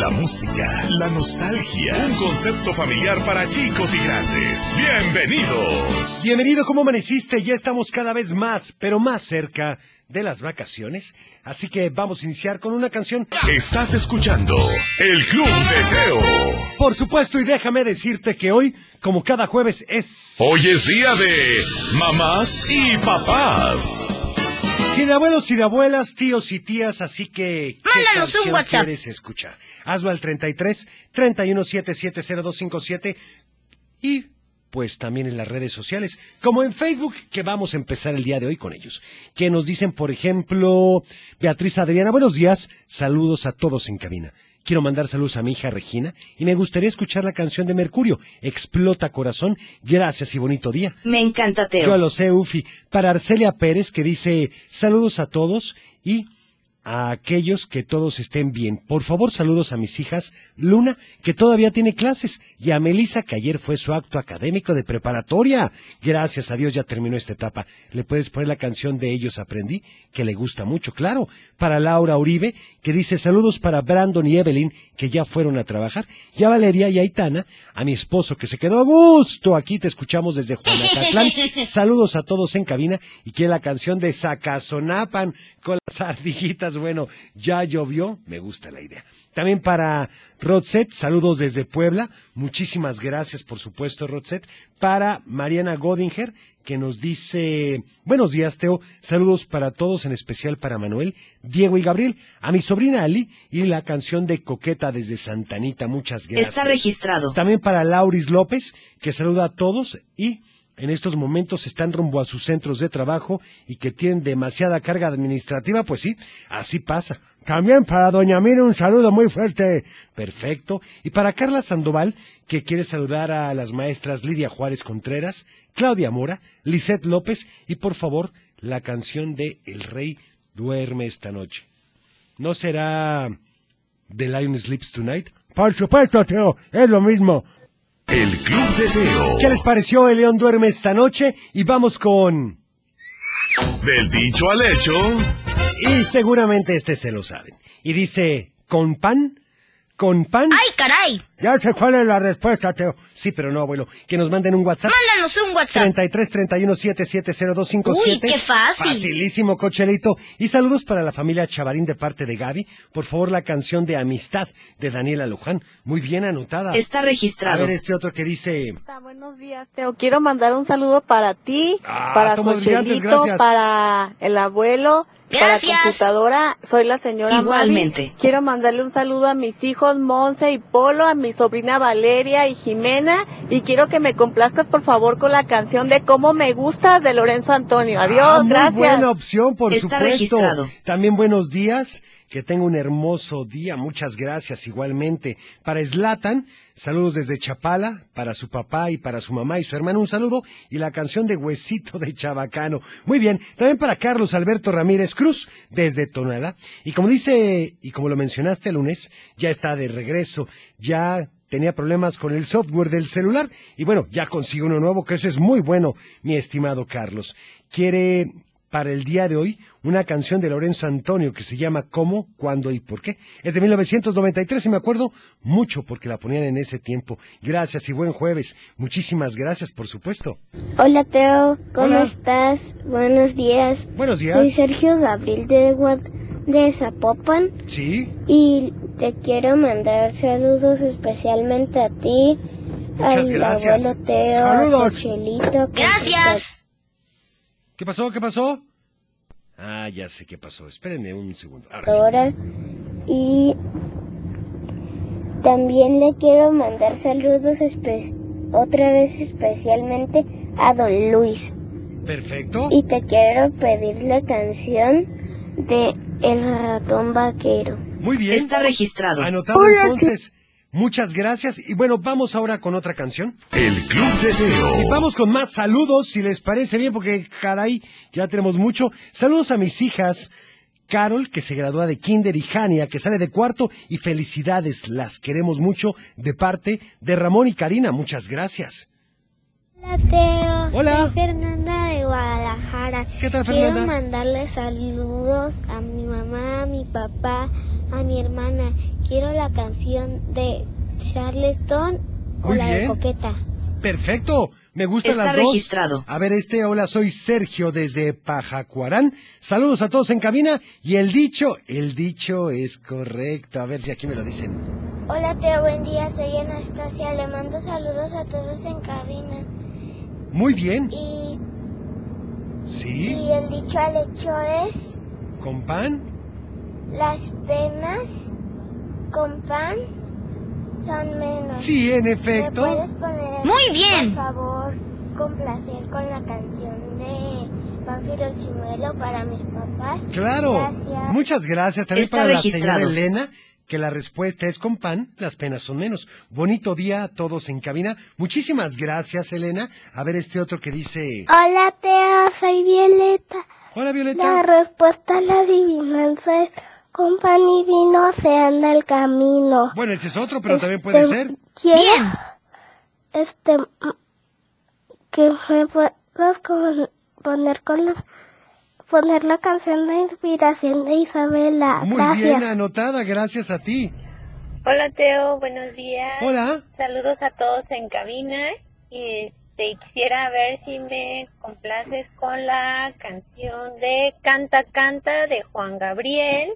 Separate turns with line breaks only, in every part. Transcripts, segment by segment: La música, la nostalgia, un concepto familiar para chicos y grandes. Bienvenidos.
Bienvenido, ¿cómo amaneciste? Ya estamos cada vez más, pero más cerca de las vacaciones, así que vamos a iniciar con una canción.
Estás escuchando El Club de Teo.
Por supuesto, y déjame decirte que hoy, como cada jueves, es...
Hoy es día de mamás y papás.
Que de abuelos y de abuelas, tíos y tías, así que... ¿qué
Mándanos un
canción
WhatsApp.
quieres escuchar? Hazlo al 33 31770257 y pues también en las redes sociales, como en Facebook, que vamos a empezar el día de hoy con ellos. Que nos dicen, por ejemplo, Beatriz Adriana, buenos días, saludos a todos en cabina. Quiero mandar saludos a mi hija Regina y me gustaría escuchar la canción de Mercurio, Explota Corazón. Gracias y bonito día.
Me encanta
Yo
Teo.
lo sé, Ufi. Para Arcelia Pérez, que dice saludos a todos y a aquellos que todos estén bien. Por favor, saludos a mis hijas Luna, que todavía tiene clases, y a Melissa, que ayer fue su acto académico de preparatoria. Gracias a Dios ya terminó esta etapa. Le puedes poner la canción de Ellos Aprendí, que le gusta mucho, claro. Para Laura Uribe, que dice saludos para Brandon y Evelyn, que ya fueron a trabajar. Y a Valeria y Aitana, a mi esposo, que se quedó a gusto. Aquí te escuchamos desde Juanacatlán. Saludos a todos en cabina y que la canción de Zacazonapan con las ardillitas. Bueno, ya llovió, me gusta la idea. También para Rodset, saludos desde Puebla. Muchísimas gracias, por supuesto, Rodset. Para Mariana Godinger, que nos dice, buenos días, Teo. Saludos para todos, en especial para Manuel, Diego y Gabriel. A mi sobrina Ali y la canción de Coqueta desde Santanita. Muchas gracias.
Está registrado.
También para Lauris López, que saluda a todos y en estos momentos están rumbo a sus centros de trabajo y que tienen demasiada carga administrativa, pues sí, así pasa. También para Doña Mira un saludo muy fuerte. Perfecto. Y para Carla Sandoval, que quiere saludar a las maestras Lidia Juárez Contreras, Claudia Mora, Lisette López y por favor la canción de El Rey duerme esta noche. ¿No será The Lion Sleeps Tonight? Por supuesto, Teo, es lo mismo.
El Club de
¿Qué
Teo.
les pareció El León Duerme esta noche? Y vamos con...
Del dicho al hecho,
Y seguramente este se lo saben. Y dice, ¿con pan? ¿Con pan?
¡Ay, caray!
Ya sé cuál es la respuesta, Teo. Sí, pero no, abuelo. Que nos manden un WhatsApp.
Mándanos un WhatsApp.
33 31 770257.
Uy, qué fácil.
Facilísimo, cochelito. Y saludos para la familia Chavarín de parte de Gaby. Por favor, la canción de Amistad de Daniela Luján. Muy bien anotada.
Está
A
registrado.
ver este otro que dice...
Hola, buenos días, Teo. Quiero mandar un saludo para ti,
Ah,
para
toma brillantes,
Cochelito,
gracias.
para el abuelo,
Gracias.
para computadora. Soy la señora Mavi.
Igualmente.
Quiero mandarle un saludo a mis hijos Monse y Polo, a mi sobrina Valeria y Jimena. Y quiero que me complazcas, por favor, con la canción de Cómo me gustas de Lorenzo Antonio. Adiós,
Ah, muy
gracias.
buena opción, por
Está
supuesto.
registrado.
También buenos días, que tenga un hermoso día, muchas gracias igualmente. Para Slatan, saludos desde Chapala, para su papá y para su mamá y su hermano, un saludo y la canción de Huesito de Chabacano. Muy bien, también para Carlos Alberto Ramírez Cruz, desde Tonalá. Y como dice, y como lo mencionaste el lunes, ya está de regreso, ya tenía problemas con el software del celular y bueno, ya consigo uno nuevo, que eso es muy bueno, mi estimado Carlos. Quiere para el día de hoy una canción de Lorenzo Antonio que se llama ¿Cómo, cuándo y por qué? Es de 1993 y me acuerdo mucho porque la ponían en ese tiempo. Gracias y buen jueves. Muchísimas gracias, por supuesto.
Hola Teo, ¿cómo
Hola.
estás? Buenos días.
Buenos
Soy
días.
Sergio Gabriel de, Guad- de Zapopan
Sí,
y te quiero mandar saludos especialmente a ti,
Muchas
al
gracias.
abuelo Teo,
Saludos.
a Cochelito,
Gracias.
¿qué pasó? ¿Qué pasó? Ah, ya sé qué pasó. Espérenme un segundo. Ahora sí.
computadora, y también le quiero mandar saludos espe- otra vez especialmente a Don Luis.
Perfecto.
Y te quiero pedir la canción de El ratón vaquero.
Muy bien.
Está registrado.
Ah, Anotado entonces. Muchas gracias. Y bueno, vamos ahora con otra canción.
El Club de Teo.
Y vamos con más saludos, si les parece bien, porque caray, ya tenemos mucho. Saludos a mis hijas, Carol, que se gradúa de Kinder, y Jania, que sale de cuarto, y felicidades, las queremos mucho, de parte de Ramón y Karina. Muchas gracias.
Hola Teo,
Hola.
soy Fernanda de Guadalajara.
¿Qué tal, Fernanda?
Quiero mandarle saludos a mi mamá, a mi papá, a mi hermana. Quiero la canción de Charleston o
Muy
la de
bien.
Coqueta.
Perfecto, me gustan
Está
las dos.
registrado.
A ver, este, hola, soy Sergio desde Pajacuarán. Saludos a todos en cabina. Y el dicho, el dicho es correcto. A ver si aquí me lo dicen.
Hola Teo, buen día, soy Anastasia. Le mando saludos a todos en cabina.
Muy bien,
Y,
sí,
y el dicho al hecho es
con pan.
las penas con pan son menos.
Sí, en efecto.
¿Me puedes poner el-
Muy bien.
Por favor, con placer con la canción de Panfilo el Chimuelo para mis papás.
Claro.
Gracias.
Muchas gracias también
Está
para la
registrado.
señora Elena, que la respuesta es con pan, las penas son menos. Bonito día a todos en cabina. Muchísimas gracias, Elena. A ver este otro que dice,
Hola, Teo, soy Violeta.
"Hola
La
Violeta,
respuesta a la adivinanza es con pan y vino se anda el camino.
bueno, ese es otro, pero también puede
Este,
ser.
Quiero, Este, mm, que me puedas con- poner con la, poner la canción de inspiración de Isabela.
Muy
Gracias.
bien anotada, gracias a ti.
Hola Teo, buenos días.
Hola.
Saludos a todos en cabina. Y este, quisiera ver si me complaces con la canción de Canta, Canta de Juan Gabriel.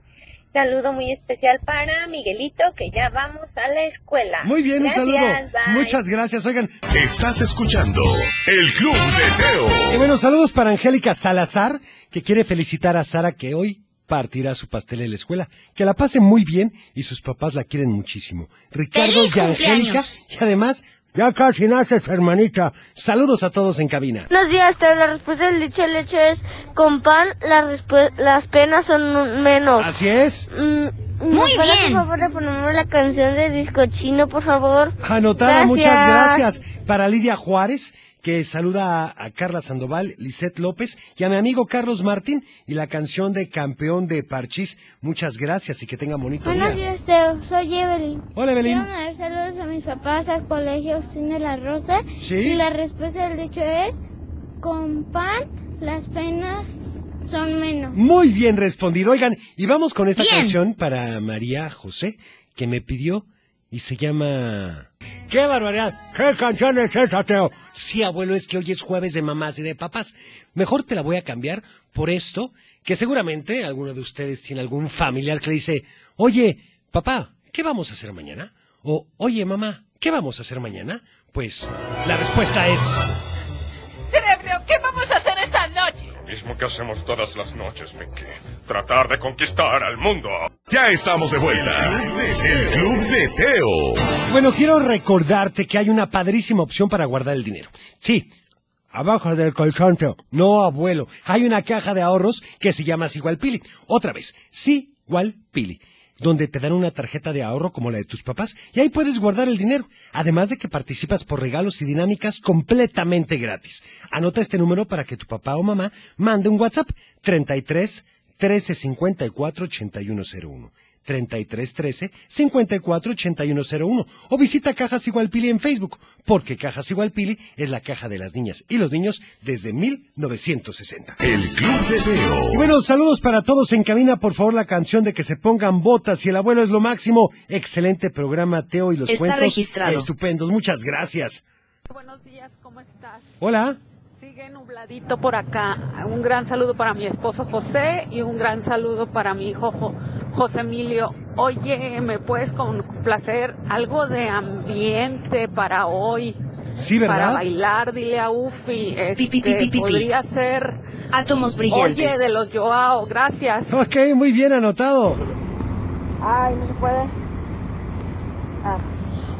Saludo muy especial para Miguelito, que ya vamos a la escuela.
Muy bien,
Gracias,
un saludo.
bye.
Muchas gracias. Oigan,
Estás escuchando El Club de
Y
Teo.
bueno, saludos para Angélica Salazar, que quiere felicitar a Sara que hoy partirá su pastel en la escuela. Que la pase muy bien y sus papás la quieren muchísimo. Ricardo
¡Feliz
y Angélica.
cumpleaños!
Y además, ya casi naces, hermanita. Saludos a todos en cabina.
Buenos días, Teo. La respuesta del dicho al hecho es: con pan las, respu- las penas son menos.
Así es.
Muy Por
bien.
favor, reponemos la canción de Disco Chino, por favor.
Anotada,
Gracias.
muchas gracias. Para Lidia Juárez, que saluda a, a Carla Sandoval, Lisette López y a mi amigo Carlos Martín y la canción de Campeón de Parchís. Muchas gracias y que tengan bonito
Buenos
día.
días, Teo. Soy Evelyn.
Hola, Evelyn.
Quiero mandar saludos a mis papás al colegio Austin de la Rosa.
Sí.
Y la respuesta del dicho es: con pan las penas son menos.
Muy bien respondido. Oigan, y vamos con esta
Bien.
canción para María José, que me pidió y se llama... ¡Qué barbaridad! ¡Qué canción es esa, Teo! Sí, abuelo, es que hoy es jueves de mamás y de papás. Mejor te la voy a cambiar por esto, que seguramente alguno de ustedes tiene algún familiar que le dice, oye, papá, ¿qué vamos a hacer mañana? O, oye, mamá, ¿qué vamos a hacer mañana? Pues, la respuesta es...
Cerebro, ¿qué vamos a hacer esta noche?
Lo mismo que hacemos todas las noches, Pinky. Tratar de conquistar al mundo.
Ya estamos de vuelta. El Club de Teo.
Bueno, quiero recordarte que hay una padrísima opción para guardar el dinero. Sí. Abajo del colchón, Teo. No, abuelo. Hay una caja de ahorros que se llama Sigualpili. Otra vez, Sigualpili. Donde te dan una tarjeta de ahorro como la de tus papás y ahí puedes guardar el dinero. Además de que participas por regalos y dinámicas completamente gratis. Anota este número para que tu papá o mamá mande un WhatsApp. 33 13 54 8101. 33 13 54 8101 o visita Cajas Igualpili en Facebook, porque Cajas Igualpili es la caja de las niñas y los niños desde 1960.
El Club de
Y
Teo.
bueno, saludos para todos en cabina, por favor, la canción de que se pongan botas y el abuelo es lo máximo. Excelente programa, Teo, y los
Está
cuentos
registrado.
estupendos. Muchas gracias.
Buenos días, ¿cómo estás?
Hola.
Sigue nubladito por acá. Un gran saludo para mi esposo José y un gran saludo para mi hijo Jo- José Emilio. Oye, ¿me puedes complacer algo de ambiente para hoy?
Sí,
Para
¿verdad?
bailar, dile a Ufi.
Pi, pi, pi,
este,
pi, pi, pi.
Podría ser
Átomos
Oye
brillantes.
de los Joao. Gracias.
Ok, muy bien anotado.
Ay, no se puede. Ah.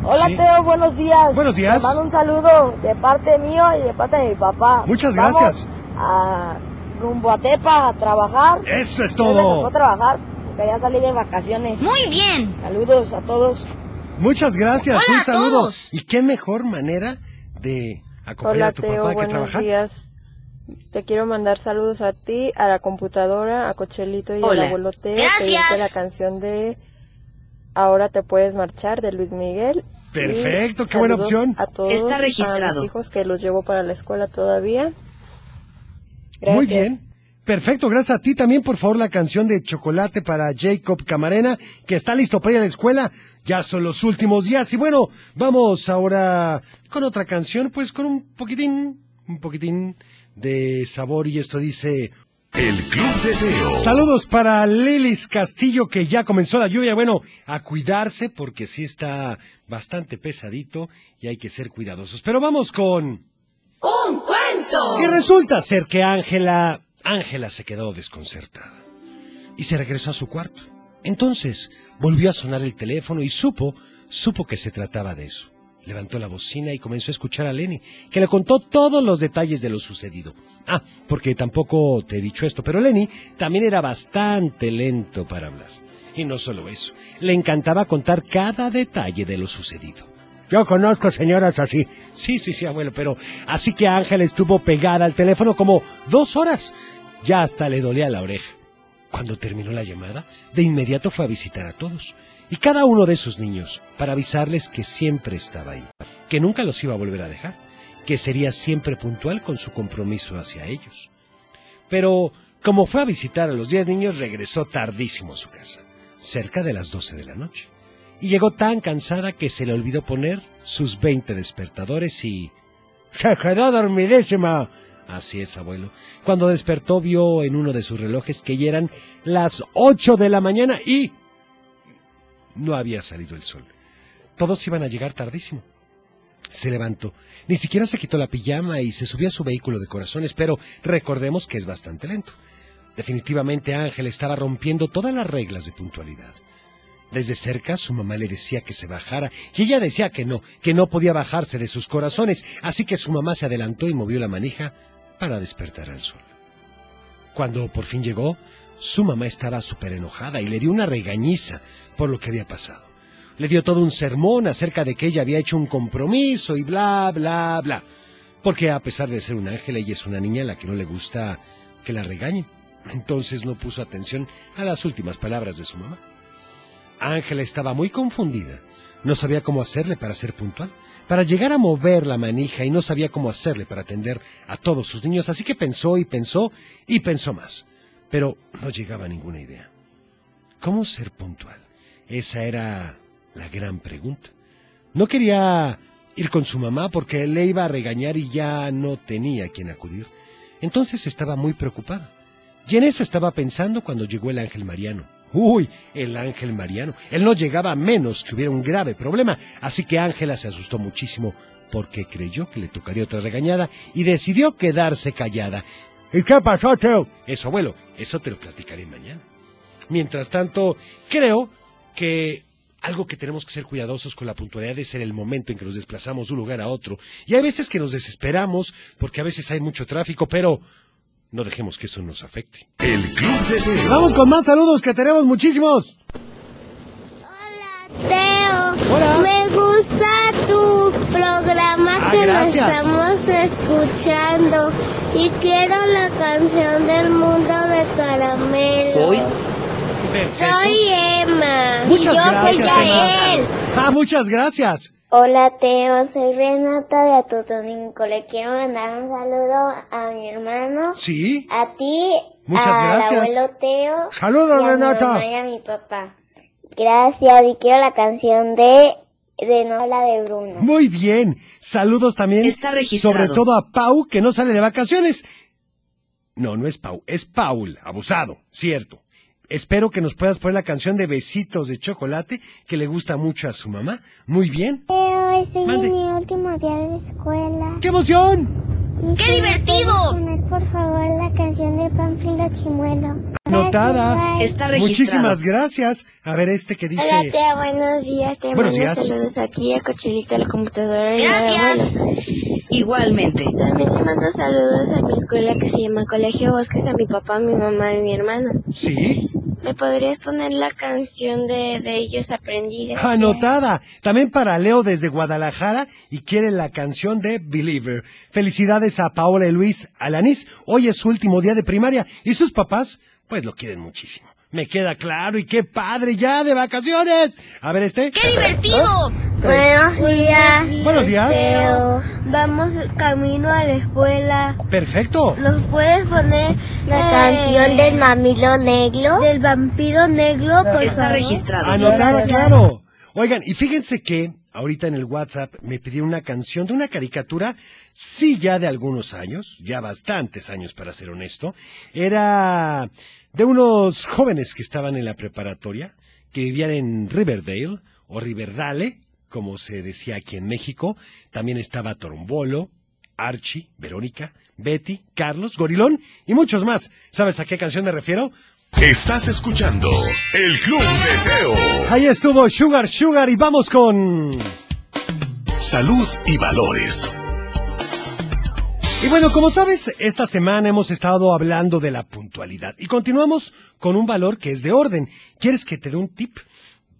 Hola, Sí. Teo,
buenos días.
Buenos días. Te mando
un saludo de parte mío y de parte de mi papá.
Muchas gracias.
a rumbo a Tepa a trabajar.
Eso es
Yo me tocó
todo.
trabajar porque ya salí de vacaciones.
Muy bien.
Saludos a todos.
Muchas gracias,
Hola
un
a
saludo.
todos.
Y qué mejor manera de acompañar
Hola
a tu
Teo,
papá que
buenos
trabajar.
días. Te quiero mandar saludos a ti, a la computadora, a Cochelito y
Hola.
al abuelo Teo.
Gracias.
Te la canción de Ahora te puedes marchar de Luis Miguel. Y
Perfecto, qué buena
saludos
opción.
A todos,
Está
A
registrado.
mis hijos que los llevo para la escuela todavía.
Muy
Gracias.
bien. Perfecto, gracias a ti también, por favor, la canción de Chocolate para Jacob Camarena, que está listo para ir a la escuela. Ya son los últimos días. Y bueno, vamos ahora con otra canción, pues con un poquitín, un poquitín de sabor. Y esto dice,
El Club de Teo.
Saludos para Lilis Castillo, que ya comenzó la lluvia. Bueno, a cuidarse porque sí está bastante pesadito y hay que ser cuidadosos. Pero vamos con... ¡Un cuento! Y resulta ser que Ángela... Ángela se quedó desconcertada y se regresó a su cuarto. Entonces volvió a sonar el teléfono y supo, supo que se trataba de eso. Levantó la bocina y comenzó a escuchar a Lenny, que le contó todos los detalles de lo sucedido. Ah, porque tampoco te he dicho esto, pero Lenny también era bastante lento para hablar. Y no solo eso, le encantaba contar cada detalle de lo sucedido. Yo conozco señoras así. Sí, sí, sí, abuelo, pero así que Ángela estuvo pegada al teléfono como dos horas. Ya hasta le dolía la oreja. Cuando terminó la llamada, de inmediato fue a visitar a todos y cada uno de esos niños para avisarles que siempre estaba ahí, que nunca los iba a volver a dejar, que sería siempre puntual con su compromiso hacia ellos. Pero como fue a visitar a los 10 niños, regresó tardísimo a su casa, cerca de las 12 de la noche. Y llegó tan cansada que se le olvidó poner sus 20 despertadores y... ¡Se quedó dormidísima! Así es, abuelo. Cuando despertó vio en uno de sus relojes que ya eran las 8 de la mañana y... No había salido el sol. Todos iban a llegar tardísimo. Se levantó. Ni siquiera se quitó la pijama y se subió a su vehículo de corazones, pero recordemos que es bastante lento. Definitivamente Ángel estaba rompiendo todas las reglas de puntualidad. Desde cerca su mamá le decía que se bajara y ella decía que no, que no podía bajarse de sus corazones, así que su mamá se adelantó y movió la manija para despertar al sol. Cuando por fin llegó, su mamá estaba súper enojada y le dio una regañiza por lo que había pasado. Le dio todo un sermón acerca de que ella había hecho un compromiso y bla, bla, bla. Porque a pesar de ser un ángel, ella es una niña a la que no le gusta que la regañe. Entonces no puso atención a las últimas palabras de su mamá. Ángela estaba muy confundida. No sabía cómo hacerle para ser puntual, para llegar a mover la manija y no sabía cómo hacerle para atender a todos sus niños, así que pensó y pensó y pensó más. Pero no llegaba a ninguna idea. ¿Cómo ser puntual? Esa era la gran pregunta. No quería ir con su mamá porque le iba a regañar y ya no tenía a quien acudir. Entonces estaba muy preocupada. Y en eso estaba pensando cuando llegó el ángel Mariano. Uy, el ángel Mariano. Él no llegaba a menos que hubiera un grave problema, así que Ángela se asustó muchísimo porque creyó que le tocaría otra regañada y decidió quedarse callada. ¿Y qué pasó, Teo? Eso, abuelo, eso te lo platicaré mañana. Mientras tanto, creo que algo que tenemos que ser cuidadosos con la puntualidad es en el momento en que nos desplazamos de un lugar a otro. Y hay veces que nos desesperamos porque a veces hay mucho tráfico, pero no dejemos que eso nos afecte.
El Club de Teo.
Vamos con más saludos que tenemos muchísimos.
Hola, Teo.
Hola.
Me gusta tu programa
Ah,
que lo
gracias.
estamos escuchando. Y quiero la canción del mundo de caramelo. Soy Emma.
Muchas
Y yo
gracias,
soy
Emma.
Gael.
Ah, muchas gracias.
Hola Teo, soy Renata de Atotonilco. Le quiero mandar un saludo a mi hermano,
Sí.
a ti,
Muchas
al
gracias.
abuelo Teo,
Saludos,
y a
Renata.
mi mamá y a mi papá. Gracias y quiero la canción de de Nola de Bruno.
Muy bien. Saludos también.
Está registrado.
Sobre todo a Pau, que no sale de vacaciones. No, no es Pau, es Paul, abusado, cierto. Espero que nos puedas poner la canción de Besitos de Chocolate, que le gusta mucho a su mamá. Muy bien.
Teo, hoy soy
Mande.
mi último día de la escuela.
¡Qué emoción!
Y
¡Qué
si me
divertido!
puedes Poner por favor la canción de Panfilo Chimuelo.
Anotada.
Gracias, bye.
Está registrado.
Muchísimas gracias. A ver este que dice...
Hola, tía, buenos días. Te
Buenos
mando
días.
saludos aquí a Cochelito, a la computadora. y a la
Gracias.
abuela.
Igualmente.
También le mando saludos a mi escuela que se llama Colegio Bosques, a mi papá, a mi mamá y a mi hermano.
Sí.
¿Me podrías poner la canción de, de ellos aprendí? Gracias.
Anotada. También para Leo desde Guadalajara y quiere la canción de Believer. Felicidades a Paola y Luis Alanís. Hoy es su último día de primaria y sus papás, pues lo quieren muchísimo. Me queda claro y qué padre ya de vacaciones. A ver este.
¡Qué divertido!
Buenos días.
Buenos días.
Teo. Vamos camino a la escuela.
Perfecto.
¿Nos puedes poner
La canción del
mamilo negro? Del vampiro negro, por
pues,
favor?
Anotada, claro. Oigan, y fíjense que ahorita en el WhatsApp me pidieron una canción de una caricatura, sí ya de algunos años, ya bastantes años para ser honesto. Era de unos jóvenes que estaban en la preparatoria, que vivían en Riverdale o Riverdale, como se decía aquí en México. También estaba Torombolo, Archie, Verónica, Betty, Carlos, Gorilón y muchos más. ¿Sabes a qué canción me refiero?
Estás escuchando El Club de Teo.
Ahí estuvo Sugar Sugar y vamos con...
Salud y valores.
Y bueno, como sabes, esta semana hemos estado hablando de la puntualidad y continuamos con un valor que es de orden. ¿Quieres que te dé un tip?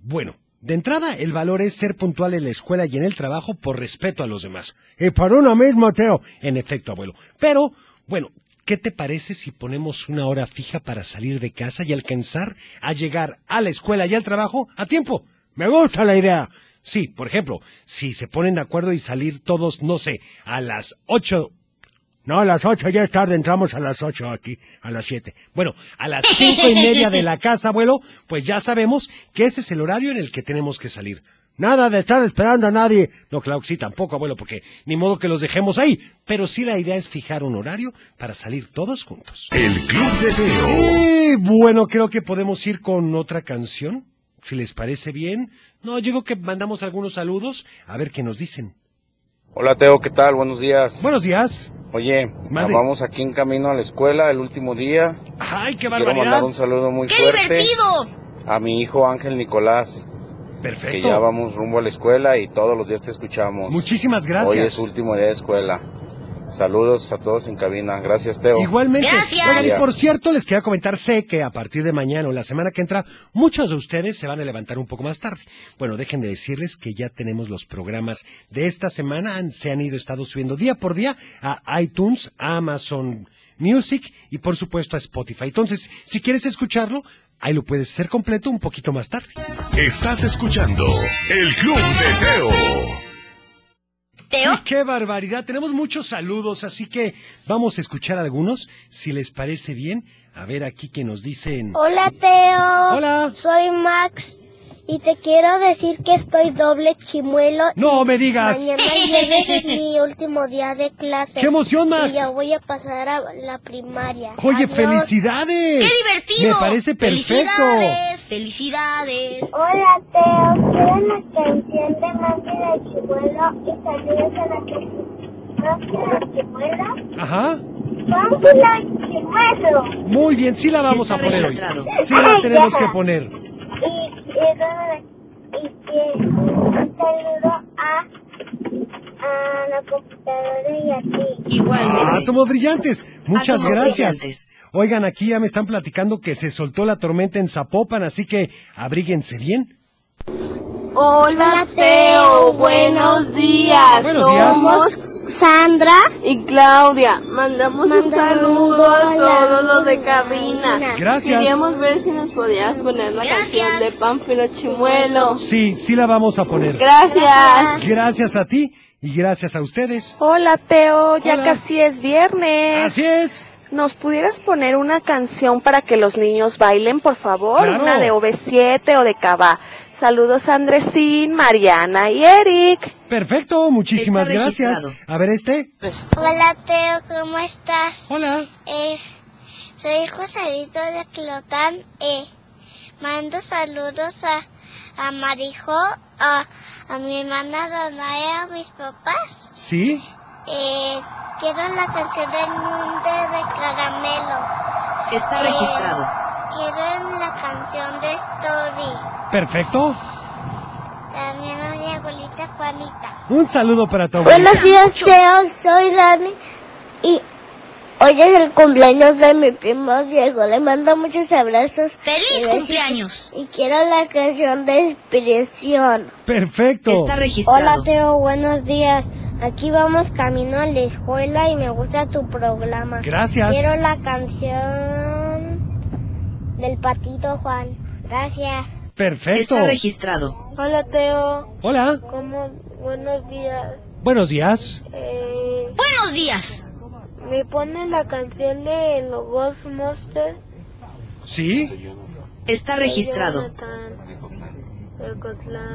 Bueno, de entrada, el valor es ser puntual en la escuela y en el trabajo por respeto a los demás. Y por uno mismo, Teo. En efecto, abuelo. Pero, bueno, ¿qué te parece si ponemos una hora fija para salir de casa y alcanzar a llegar a la escuela y al trabajo a tiempo? Me gusta la idea. Sí, por ejemplo, si se ponen de acuerdo y salir todos, no sé, a las ocho no, a las ocho, ya es tarde, entramos a las ocho aquí, a las siete. Bueno, a las cinco y media de la casa, abuelo, pues ya sabemos que ese es el horario en el que tenemos que salir. Nada de estar esperando a nadie. No, claro que sí, tampoco, abuelo, porque ni modo que los dejemos ahí. Pero sí la idea es fijar un horario para salir todos juntos.
El Club de Teo.
Y bueno, creo que podemos ir con otra canción, si les parece bien. No, yo creo que mandamos algunos saludos, a ver qué nos dicen.
Hola Teo, ¿qué tal? Buenos días.
Buenos días.
Oye,
Mande.
vamos aquí en camino a la escuela, el último día.
¡Ay, qué
Quiero mandar
barbaridad!
un saludo muy
¡Qué
fuerte
divertido!
a mi hijo Ángel Nicolás. Que
Perfecto.
ya vamos rumbo a la escuela y todos los días te escuchamos.
Muchísimas
Hoy es
gracias.
su último día de escuela. Saludos a todos en cabina. Gracias Teo.
Igualmente.
Gracias.
Oigan, y por cierto, les quería comentar, sé que a partir de mañana o la semana que entra, muchos de ustedes se van a levantar un poco más tarde. Bueno, dejen de decirles que ya tenemos los programas de esta semana, han- se han ido estado subiendo día por día a iTunes, a Amazon Music y por supuesto a Spotify. Entonces, si quieres escucharlo, ahí lo puedes hacer completo un poquito más tarde.
Estás escuchando El Club de Teo.
Uy, ¡Qué barbaridad! Tenemos muchos saludos, así que vamos a escuchar algunos, si les parece bien. A ver aquí que nos dicen...
Hola Teo.
Hola.
Soy Max y te quiero decir que estoy doble chimuelo.
¡No
y
me digas!
Mañana el jueves es mi último día de clase.
¡Qué emoción, Max!
Y ya voy a pasar a la primaria.
Oye,
Adiós.
felicidades. Me parece perfecto.
felicidades. Hola Teo, quiero la canción de Mami de Chimuelo y saludos a la que de Chimuelo.
Ajá.
Mami de Chimuelo.
Muy bien, sí la vamos
Está
a poner hoy.
registrado.
Sí la
Ay,
tenemos
ya.
que poner.
y, y, luego- y que saludo a, a la computadora y a ti.
Ah, Átomos brillantes. Muchas
Átomos
gracias.
brillantes.
Oigan, aquí ya me están platicando que se soltó la tormenta en Zapopan, así que abríguense bien.
Hola Teo, buenos días.
Buenos días.
Somos Sandra y Claudia. Mandamos un saludo a todos los de cabina.
Gracias.
Queríamos ver si nos podías poner la canción de Pánfilo Chimuelo.
Sí, sí la vamos a poner.
Gracias.
Gracias a ti y gracias a ustedes.
Hola Teo, ya
Hola.
casi es viernes.
Así es.
¿Nos pudieras poner una canción para que los niños bailen, por favor?
Claro.
Una de OV7 o de Cava. Saludos a Andresín, Mariana y Eric.
Perfecto, muchísimas
Está
gracias.
registrado.
A ver este.
Hola Teo, ¿cómo estás?
Hola.
Eh, soy Joselito de Clotán. Eh, mando saludos a, a Marijo, a, a mi hermana Donaya, a mis papás.
Sí.
Eh, quiero la canción del mundo de Caramelo.
Está
Eh,
registrado.
Quiero la canción de Story.
Perfecto.
También a mi abuelita Juanita.
Un saludo para todos.
Buenos días, Teo. Soy Dani. Y
Hoy es el cumpleaños de mi primo Diego. Le mando muchos abrazos.
¡Feliz cumpleaños!
Y quiero la canción de inspiración.
Perfecto.
Hola Teo, buenos días. Aquí vamos camino a la escuela y me gusta tu programa.
Gracias.
Quiero la canción del patito Juan. Gracias.
Perfecto.
Está registrado.
Hola Teo.
Hola.
¿Cómo? Buenos días.
Buenos días.
Buenos días. ¿Me ponen la canción de los Ghost Monster?
¿Sí?
Está registrado.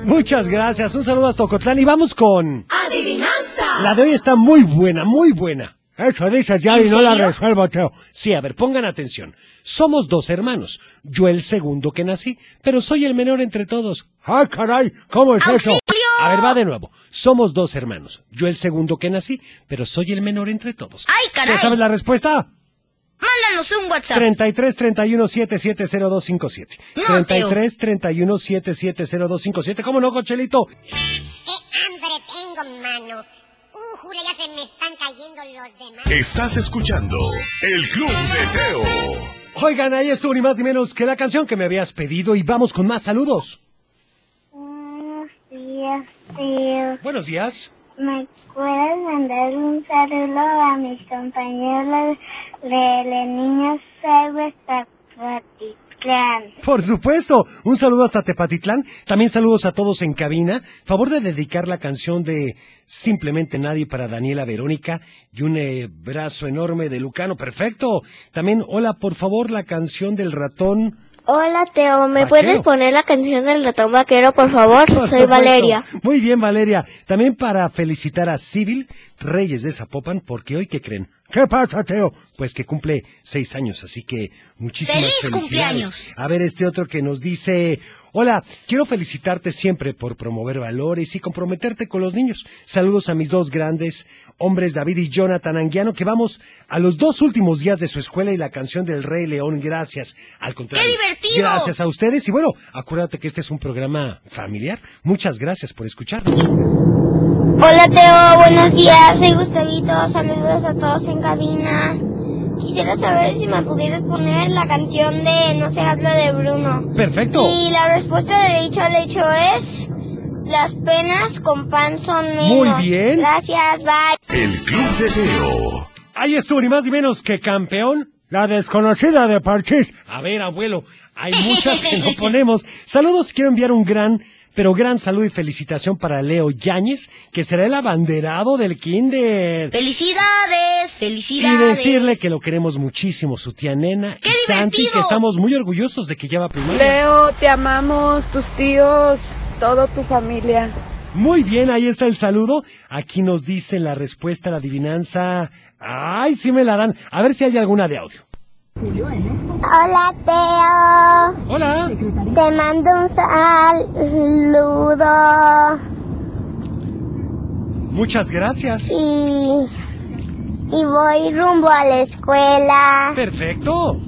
Muchas gracias. Un saludo a Tocotlán y vamos con...
¡Adivinanza!
La de hoy está muy buena, muy buena. Eso dices ya
¿En
y no la
serio?
resuelvo, Teo. Sí, a ver, pongan atención. Somos dos hermanos. Yo el segundo que nací, pero soy el menor entre todos. ¡Ah, caray! ¿Cómo es eso? A ver, va de nuevo. Somos dos hermanos. Yo el segundo que nací, pero soy el menor entre todos.
¡Ay, caray!
¿Ya sabes la respuesta?
Mándanos un WhatsApp.
33 31 770257.
No, Teo.
33 31 770257. ¿Cómo no, Cochelito?
hambre tengo, mano! ¡Uh, jure, ya se me están cayendo los demás!
Estás escuchando El Club de Teo.
Oigan, ahí estuvo ni más ni menos que la canción que me habías pedido y vamos con más saludos.
Buenos días, Teo.
Buenos días.
¿Me puedes mandar un saludo a mis compañeros de los niños Cyber Tepatitlán?
Por supuesto, un saludo hasta Tepatitlán, también saludos a todos en cabina. Favor de dedicar la canción de Simplemente Nadie para Daniela Verónica y un eh, brazo enorme de Lucano, perfecto. También, hola, por favor, la canción del ratón.
Hola Teo, ¿me
Vaquero.
puedes poner la canción del ratón vaquero, por favor?
Por
Soy
supuesto.
Valeria.
Muy bien, Valeria. También para felicitar a Civil Reyes de Zapopan, porque hoy, ¿qué creen? ¿Qué pasa, Teo? Pues que cumple seis años, así que muchísimas
¡Feliz
felicidades.
cumpleaños!
A ver, este otro que nos dice, hola, quiero felicitarte siempre por promover valores y comprometerte con los niños. Saludos a mis dos grandes hombres, David y Jonathan Anguiano, que vamos a los dos últimos días de su escuela y la canción del Rey León, gracias. Al contrario.
divertido!
Gracias a ustedes y bueno, acuérdate que este es un programa familiar. Muchas gracias por escucharnos.
Hola Teo, buenos días, soy Gustavito, saludos a todos en cabina. Quisiera saber si me pudieras poner la canción de No se habla de Bruno.
Perfecto.
Y la respuesta de dicho al hecho es, las penas con pan son
Muy
menos.
bien.
Gracias, bye.
El Club de Teo.
Ahí estuvo ni más ni menos que campeón. La desconocida de Parchís. A ver, abuelo, hay muchas que no ponemos. Saludos, quiero enviar un gran, pero gran saludo y felicitación para Leo Yáñez, que será el abanderado del Kinder.
¡Felicidades!
Y
¡Felicidades!
decirle que lo queremos muchísimo, su tía Nena
¡Qué
y Santi,
divertido!
que estamos muy orgullosos de que lleva primaria.
Leo, te amamos, tus tíos, toda tu familia.
Muy bien, ahí está el saludo. Aquí nos dice la respuesta, la adivinanza. Ay, sí me la dan. A ver si hay alguna de audio.
Hola, Teo.
Hola.
Te mando un saludo.
Muchas gracias.
Y, y voy rumbo a la escuela.
Perfecto.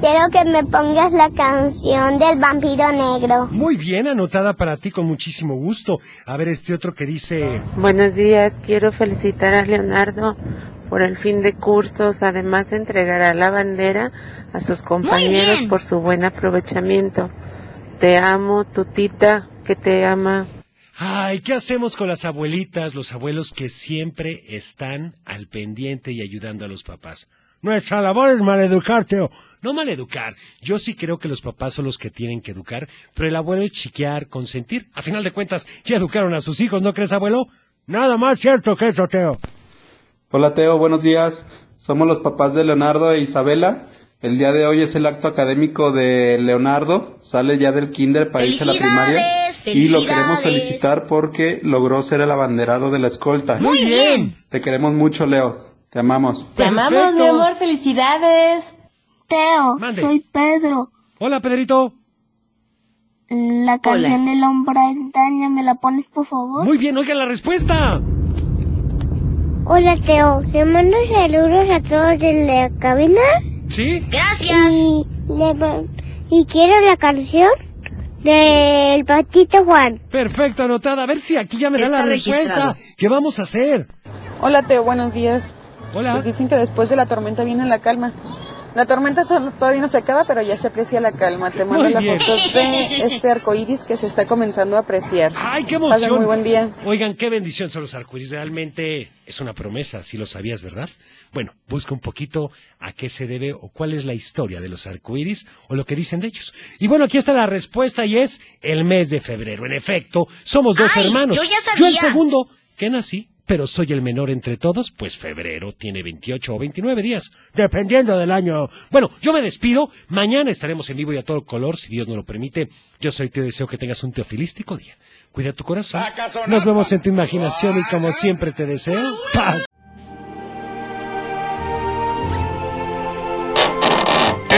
Quiero que me pongas la canción del vampiro negro.
Muy bien, anotada para ti con muchísimo gusto. A ver este otro que dice...
Buenos días, quiero felicitar a Leonardo por el fin de cursos. Además, entregará la bandera a sus compañeros por su buen aprovechamiento. Te amo, tutita, que te ama.
Ay, ¿qué hacemos con las abuelitas, los abuelos que siempre están al pendiente y ayudando a los papás? Nuestra labor es maleducar, Teo. No maleducar. Yo sí creo que los papás son los que tienen que educar, pero el abuelo es chiquear, consentir. A final de cuentas, ya educaron a sus hijos, ¿no crees, abuelo? Nada más cierto que eso, Teo.
Hola Teo, buenos días. Somos los papás de Leonardo e Isabela. El día de hoy es el acto académico de Leonardo. Sale ya del kinder para irse a la primaria. Y lo queremos felicitar porque logró ser el abanderado de la escolta.
Muy bien.
Te queremos mucho, Leo. Te amamos.
Te amamos, mi amor, felicidades.
Teo,
Mande.
soy Pedro.
Hola, Pedrito.
La canción del hombre daña, ¿me la pones por favor?
Muy bien, oigan la respuesta.
Hola Teo, te mando saludos a todos de la cabina.
¿Sí?
Gracias. Y, le ma- y quiero la canción del patito Juan.
Perfecto, anotada. A ver si aquí ya me da
Está
la respuesta.
registrado.
¿Qué vamos a hacer?
Hola Teo, buenos días.
Hola.
Pues dicen que después de la tormenta viene la calma. La tormenta to- todavía no se acaba, pero ya se aprecia la calma. Te mando
Muy
la
bien.
foto de este arco iris que se está comenzando a apreciar.
¡Ay, qué
Pasa
emoción!
muy buen día.
Oigan, qué bendición son los arcoíris. Realmente es una promesa, si lo sabías, ¿verdad? Bueno, busca un poquito a qué se debe o cuál es la historia de los arcoíris o lo que dicen de ellos. Y bueno, aquí está la respuesta y es el mes de febrero. En efecto, somos dos
Ay,
hermanos.
yo ya
el
sabía.
segundo que nací, pero soy el menor entre todos, pues febrero tiene 28 o 29 días, dependiendo del año. Bueno, yo me despido. Mañana estaremos en vivo y a todo color, si Dios nos lo permite. Yo soy Teo Deseo que tengas un teofilístico día. Cuida tu corazón. Nos vemos en tu imaginación y como siempre te deseo paz.